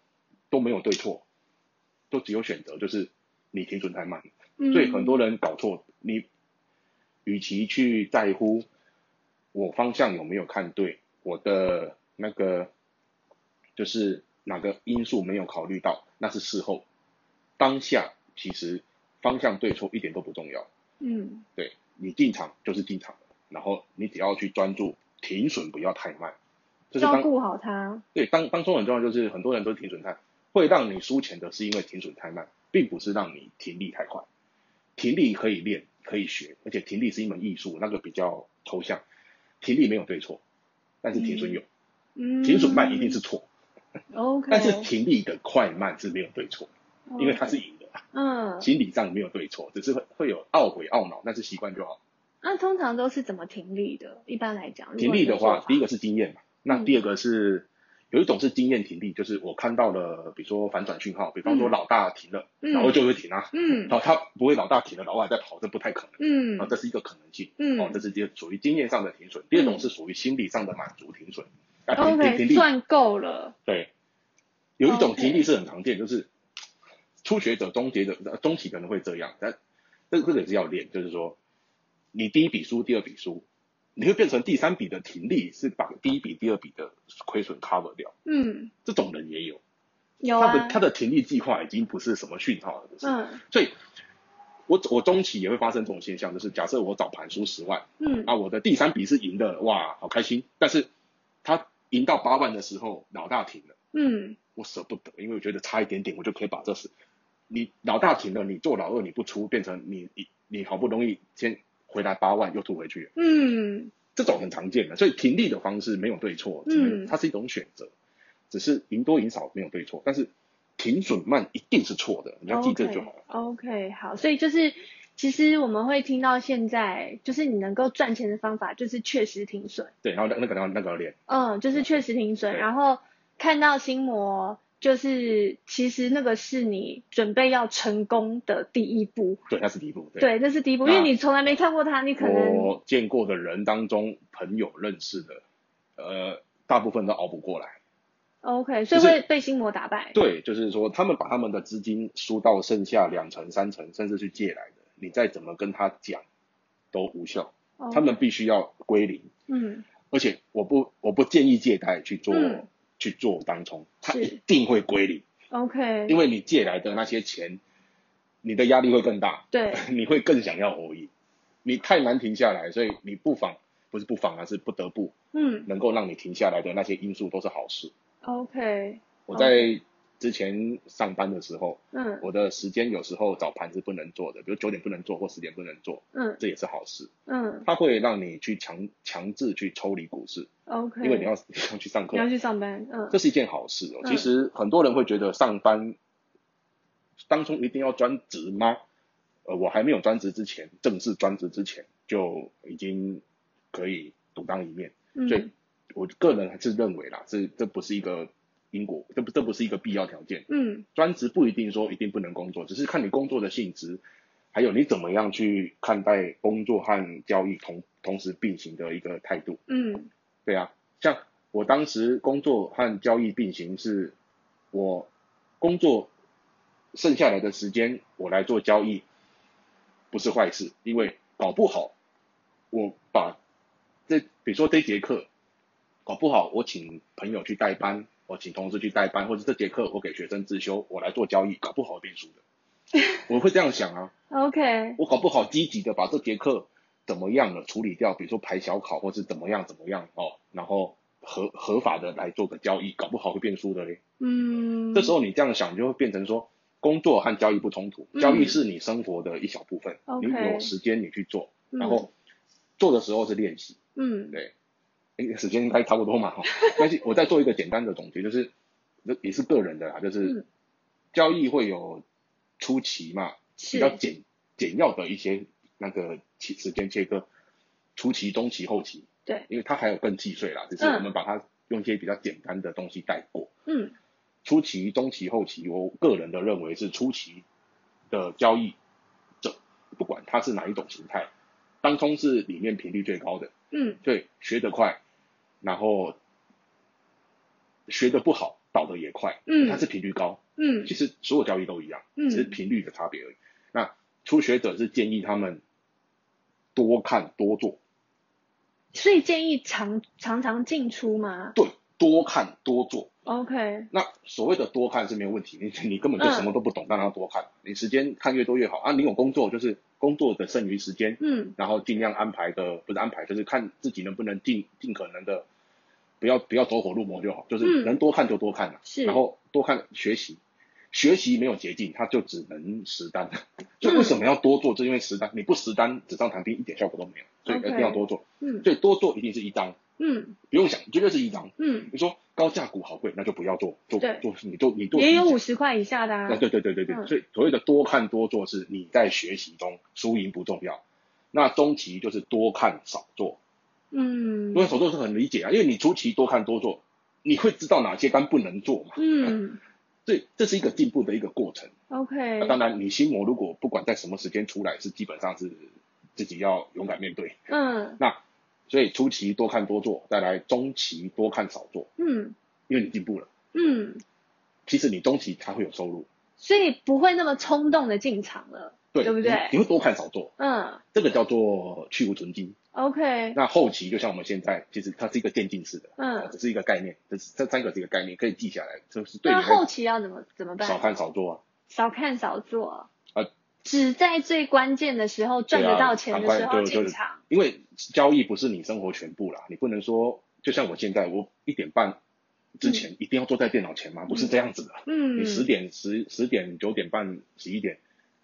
都没有对错，都只有选择，就是你停损太慢。嗯，所以很多人搞错，你与其去在乎我方向有没有看对，我的那个就是哪个因素没有考虑到，那是事后。当下其实方向对错一点都不重要，嗯对你进场就是进场，然后你只要去专注停损，不要太慢。这是照当顾好他，对当当中很重要，就是很多人都停损太，会让你输钱的是因为停损太慢，并不是让你停力太快。停力可以练，可以学，而且停力是一门艺术，那个比较抽象。停力没有对错，但是停损有，嗯停损慢一定是错， OK，哦但是停力的快慢是没有对错，因为它是赢的，嗯，心理上没有对错，只是会会有懊悔、懊恼，但是习惯就好。那通常都是怎么停利的？一般来讲，如果停利的你话做，法第一个是经验嘛，那嗯第二个是、有一种是经验停利，就是我看到了，比如说反转讯号，比方说嗯老大停了，嗯然后就会停啊，嗯好、他不会老大停了，老外在跑，这不太可能。嗯啊，这是一个可能性。嗯哦，这是就属于经验上的停损。第二种是属于心理上的满足停损。啊，停停停，OK，利赚够了，对，有一种 OK 停利是很常见，就是初学者、中学者、呃中期可能会这样，但这这个也是要练，就是说你第一笔输，第二笔输，你会变成第三笔的停利是把第一笔、第二笔的亏损 cover 掉。嗯，这种人也有，有他啊的，他的停利计划已经不是什么讯号了，就是嗯所以。我我中期也会发生这种现象，就是假设我早盘输十万，嗯啊，我的第三笔是赢的，哇，好开心。但是他赢到八万的时候，老大停了，嗯我舍不得，因为我觉得差一点点，我就可以把这事。你老大停了，你做老二你不出，变成你你你好不容易先回来八万又吐回去，嗯这种很常见的。所以停利的方式没有对错，嗯只是它是一种选择，只是赢多赢少没有对错，但是停损慢一定是错的，你要记这就好了。 ，OK，OK，好，所以就是。其实我们会听到现在，就是你能够赚钱的方法，就是确实停损，对，然后那那个那个那个要练，嗯，就是确实停损，对然后看到心魔，就是其实那个是你准备要成功的第一步，对，那是第一步。对对，这是第一步，因那为你从来没看过他，你可能我见过的人当中，朋友认识的，呃，大部分都熬不过来。 OK，所以就是会被心魔打败。对，就是说他们把他们的资金输到剩下两成、三成，甚至去借来的，你再怎么跟他讲都无效，哦他们必须要归零。嗯而且我不我不建议借贷去做、嗯去做当冲，他是一定会归零， ，OK，因为你借来的那些钱，你的压力会更大。对，你会更想要 all in。你太难停下来，所以你不妨不是不妨啊，是不得不嗯能够让你停下来的那些因素都是好事。 ，OK，我在之前上班的时候，嗯我的时间有时候早盘是不能做的，比如九点不能做或十点不能做，嗯这也是好事。嗯它会让你去强强制去抽离股市， ，OK，因为你要你要去上你要课，去上班，嗯这是一件好事哦。嗯其实很多人会觉得上班当中一定要专职吗？呃，我还没有专职之前，正式专职之前就已经可以独当一面，所以嗯我个人还是认为啦，这这不是一个因果，这不这不是一个必要条件。嗯专职不一定说一定不能工作，只是看你工作的性质，还有你怎么样去看待工作和交易同同时并行的一个态度。嗯对啊，像我当时工作和交易并行是，我工作剩下来的时间我来做交易，不是坏事，因为搞不好我把这比如说这节课，搞不好我请朋友去代班，我请同事去代班，或者这节课我给学生自修，我来做交易，搞不好我变输的，我会这样想啊， OK，我搞不好积极的把这节课怎么样了处理掉，比如说排小考或是怎么样怎么样哦，然后合合法的来做个交易，搞不好会变输的嘞。嗯，这时候你这样想，就会变成说，工作和交易不冲突，嗯交易是你生活的一小部分， OK 你有时间你去做，嗯然后做的时候是练习，嗯对诶，时间应该差不多 嘛，哈，哦但是我再做一个简单的总结，就是这也是个人的啦，就是嗯交易会有初期嘛，比是较简简要的一些那个切时间切割，初期、中期、后期，对，因为它还有更细碎啦，只是嗯我们把它用一些比较简单的东西带过，嗯初期、中期、后期，我个人的认为是初期的交易者，不管他是哪一种形态，当冲是里面频率最高的，嗯对，学得快，然后学得不好倒得也快，嗯它是频率高。嗯其实所有交易都一样，嗯只是频率的差别而已。那初学者是建议他们多看多做，所以建议常常常进出吗对，多看多做， ？OK，那所谓的多看是没有问题，你你根本就什么都不懂，当然要多看。你时间看越多越好啊！你有工作就是工作的剩余时间，嗯然后尽量安排的不是安排，就是看自己能不能尽尽可能的不要不要走火入魔就好，就是嗯能多看就多看了、是然后多看学习，学习没有捷径，它就只能实 单。所以为什么要多做？就是因为实单，你不实单纸上谈兵一点效果都没有，所以 OK 一定要多做。嗯所以多做一定是一张，嗯不用想，绝对是一张。嗯，你说高价股好贵，那就不要做，做对做你做你做也有五低十块以下的价啊啊，。对对对对对，嗯所以所谓的多看多做是你在学习中输赢不重要，那中期就是多看少做，嗯多看少做是很理解啊，因为你初期多看多做，你会知道哪些单不能做嘛，嗯所以这是一个进步的一个过程。 ，OK，那当然，你心魔如果不管在什么时间出来，是基本上是自己要勇敢面对。嗯那所以初期多看多做，再来中期多看少做，嗯因为你进步了，嗯，其实你中期才会有收入。所以不会那么冲动的进场了，对，对不对你你会多看少做，嗯这个叫做去无存精。 ，OK，那后期就像我们现在，其实它是一个渐进式的，嗯，只是一个概念，这是这三个是一个概念，可以记下来，就是对你那来后期要怎么怎么少办？看少做啊，少看少做，呃只在最关键的时候赚对啊得到钱的时赶快候对进对场，因为交易不是你生活全部啦，你不能说就像我现在，我一点半之前一定要坐在电脑前嘛，不是这样子的，嗯，你十点十十点九点半十一点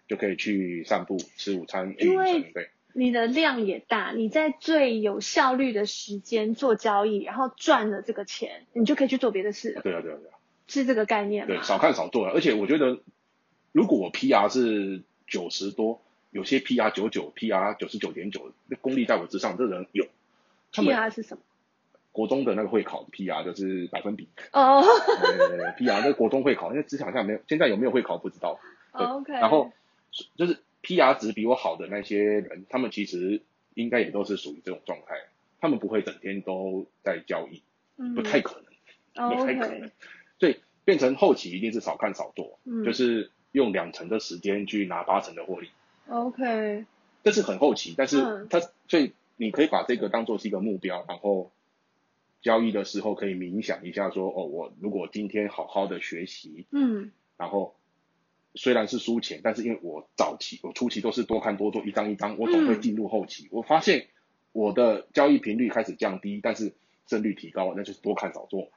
就可以去散步吃午餐去因为晨对。你的量也大，你在最有效率的时间做交易，然后赚了这个钱，你就可以去做别的事了，对啊，对啊，对啊，是这个概念吗？对，少看少做啊。而且我觉得，如果我 PR 是九十多，有些 PR 九九、PR 九十九点九，那功力在我之上，这人有。他们 PR 是什么？国中的那个会考 PR 就是百分比，哦、呃，PR 那国中会考，因为职场上没有，现在有没有会考不知道。对 o k 然后就是 PR 值比我好的那些人，他们其实应该也都是属于这种状态，他们不会整天都在交易，不太可能，嗯、不太 OK，可能。所以变成后期一定是少看少做，嗯，就是用两成的时间去拿八成的获利，哦 OK，这是很后期，但是嗯它、所以你可以把这个当做是一个目标，然后交易的时候可以冥想一下说，哦，我如果今天好好的学习，嗯然后虽然是输钱，但是因为我早期我初期都是多看多做一张一张，我总会进入后期，我发现我的交易频率开始降低，但是胜率提高，那就是多看少做。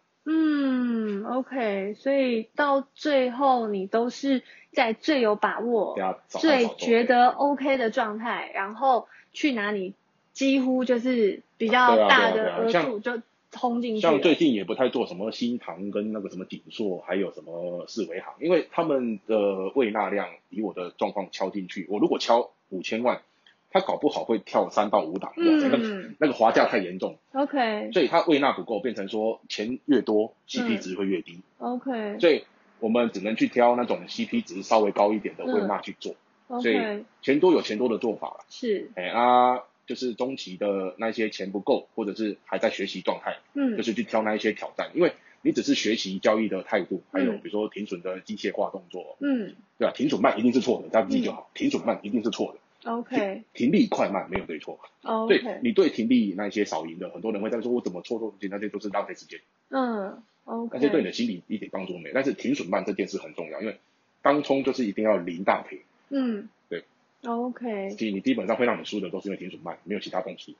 嗯，OK，所以到最后你都是在最有把握、对啊，少看最少做觉得 OK 的状态，然后去拿你几乎就是比较对啊对啊大对的啊额像度就冲进去了。像最近也不太做什么新塘跟那个什么锦硕，还有什么四维行，因为他们的未纳量以我的状况敲进去，我如果敲五千万，他搞不好会跳三到五档，哇塞，那个嗯 那个滑价太严重， ，OK 所以它未纳不够，变成说钱越多嗯，CP 值会越低， OK 所以我们只能去挑那种 CP 值稍微高一点嗯的未纳去做，所以 OK，钱多有钱多的做法啦。是，哎啊，就是中期的那些钱不够，或者是还在学习状态，嗯就是去挑那一些挑战，因为你只是学习交易的态度，还有嗯比如说停损的机械化动作，嗯对吧、停损慢一定是错的，大家记就好，停损慢一定是错的， ，OK 停利快慢没有对错。对 OK，你对停利那一些少赢的，很多人会在说我怎么错错停，那些都是浪费时间，嗯那些对，OK，你的心理一点帮助没有。但是停损慢这件事很重要，因为当冲就是一定要零大赔，嗯，对，OK，其实你基本上会让你输的都是因为停损慢，没有其他 东西，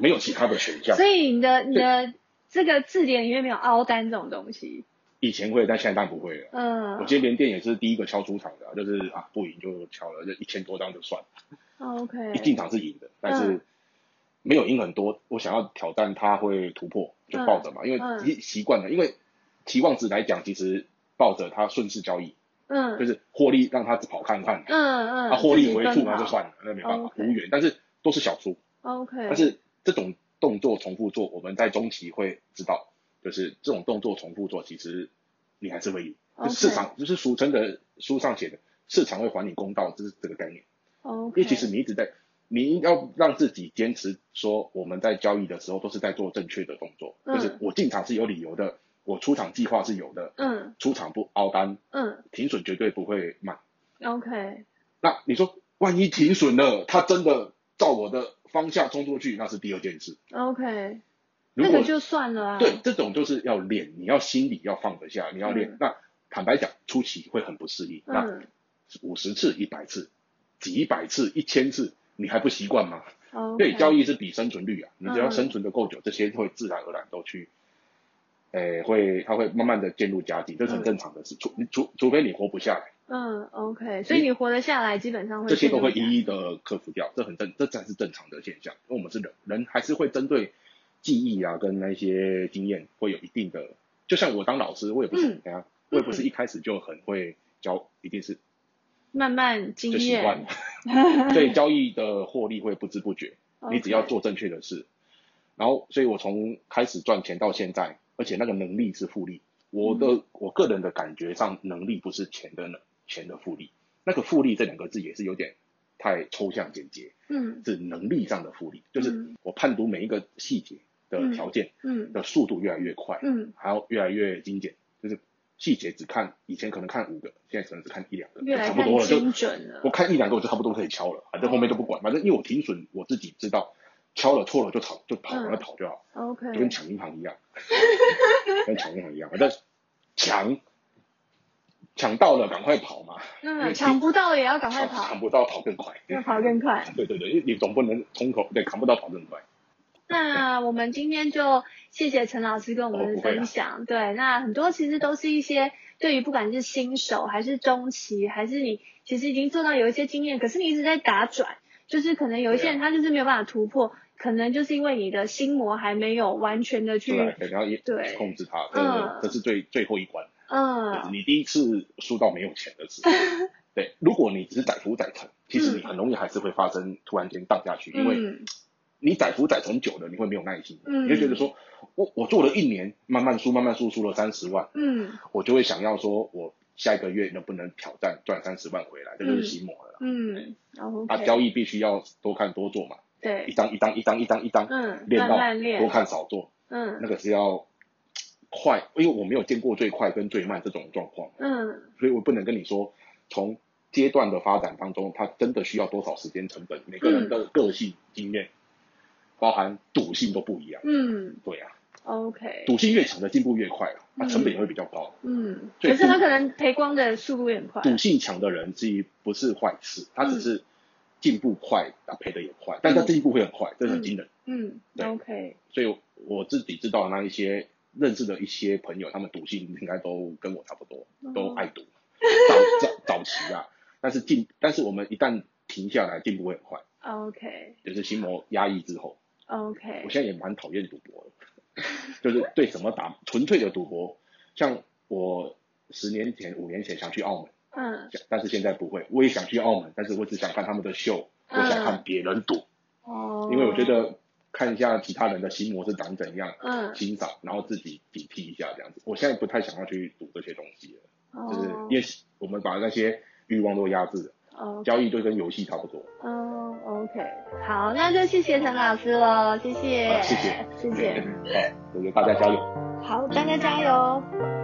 没有其他的选项所。以你的你的这个字典里面没有凹单这种东西，以前会，但现在当然不会了。我嗯今天连电也是第一个敲出场的啊、就是啊不赢就敲了，就一千多张就算了。一，OK，进场是赢嗯的，但是没有赢很多。我想要挑战他会突破，就抱着嘛，嗯因为习习惯了，因为期望值来讲，其实抱着他顺势交易，嗯就是获利让他跑看看，嗯他嗯，获利回自吐己奔那跑就算了，那没办法 OK 无缘。但是都是小输， ，OK，但是这种动作重复做，我们在中期会知道，就是这种动作重复做，其实你还是会赢。就 OK 市场就是俗称的书上写的，市场会还你公道，这是这个概念。因 OK，为其实你一直在，你要让自己坚持说，我们在交易的时候都是在做正确的动作，嗯就是我进场是有理由的，我出场计划是有的，嗯出场不凹单，嗯停损绝对不会慢。 ，OK，那你说，万一停损了，他真的照我的方向冲出去，那是第二件事。 OK，如那果个就算了啊。对这种就是要练，你要心理要放得下，你要练。嗯那坦白讲，初期会很不适应，那嗯五十次、一百次、几百次、一千次，你还不习惯吗？ ，OK，对，交易是比生存率啊，你只要哦嗯生存的够久，这些会自然而然都去，诶、会它会慢慢的渐入佳境，这是很嗯正常的事。除除除非你活不下来，嗯，OK，所以你活得下来，基本上会这些都会变成一一的克服掉，这很正，这才是正常的现象。因为我们是人，人还是会针对记忆啊跟那些经验会有一定的，就像我当老师，我也不是嗯怎样，我也不是一开始就很会教，一定是慢慢经就习惯验 了。对，交易的获利会不知不觉。你只要做正确的事。然后，所以我从开始赚钱到现在，而且那个能力是复利。我的、嗯我个人的感觉上，能力不是钱的能，钱的复利。那个复利这两个字也是有点太抽象简洁，嗯是能力上的复利，就是嗯我判读每一个细节的条件嗯的速度越来越快，嗯，还要越来越精简，就是细节只看以前可能看五个，现在可能只看一两个，越就来差不看多了，就精准了我。看一两个我就差不多可以敲了，反正后面就不管，反正因为我停损，我自己知道敲了错了就跑就跑，嗯然后跑就好， OK，就跟抢银行一样，跟抢银行一样，反正抢抢到了赶快跑嘛，因为嗯，抢不到也要赶快抢跑抢，不到跑更快，要跑更快。对对对，因为你总不能空口对扛不到跑更快，那我们今天就谢谢陈老师跟我们哦的不会啊分享。对，那很多其实都是一些对于不管是新手还是中期，还是你其实已经做到有一些经验，可是你一直在打转，就是可能有一啊些人他就是没有办法突破，可能就是因为你的心魔还没有完全的去，对，然后也嗯对控制它，嗯这这是最最后一关，就是嗯你第一次输到没有钱的时 候。对，如果你只是载浮载沉，其实你很容易还是会发生突然间荡下去，因为嗯你载浮载沉久了，你会没有耐心，嗯你会觉得说，我我做了一年，慢慢输，慢慢输，输了三十万，嗯我就会想要说，我下一个月能不能挑战赚三十万回来，这就是心魔了啦。嗯啊， ，OK，交易必须要多看多做嘛，一对，张一张一张一张一张，嗯，练慢到慢练多，看少做，那嗯个是要快，因为我没有见过最快跟最慢这种状况，嗯所以我不能跟你说从阶段的发展当中，它真的需要多少时间成本，每个嗯人的个性、经验，包含赌性都不一样。嗯对啊， ，OK，赌性越强的进步越快啊，那嗯成本也会比较高。嗯，所以可是他可能赔光的速度也很快，赌性强的人其实不是坏事，他只是进步快，啊赔的也快，但他进步会很快，这是很惊人。嗯对，OK，所以我自己知道那一些认识的一些朋友，他们赌性应该都跟我差不多，哦嗯都爱赌，早早早期啊，但是进，但是我们一旦停下来，进步会很快， OK 就是心魔压抑之后， OK，我现在也蛮讨厌赌博的，就是对什么打纯粹的赌博，像我十年前、五年前想去澳门，嗯想但是现在不会，我也想去澳门，但是我只想看他们的秀，我嗯想看别人赌，哦，因为我觉得看一下其他人的心魔是长怎样，嗯欣赏，然后自己警惕一下这样子。我现在不太想要去赌这些东西了，就是哦因为我们把那些欲望都压制了，哦交易就跟游戏差不多。哦 OK，好，那就谢谢陈老师喽，谢谢好谢谢谢谢。 好，我觉得大家加油。好，大家加油！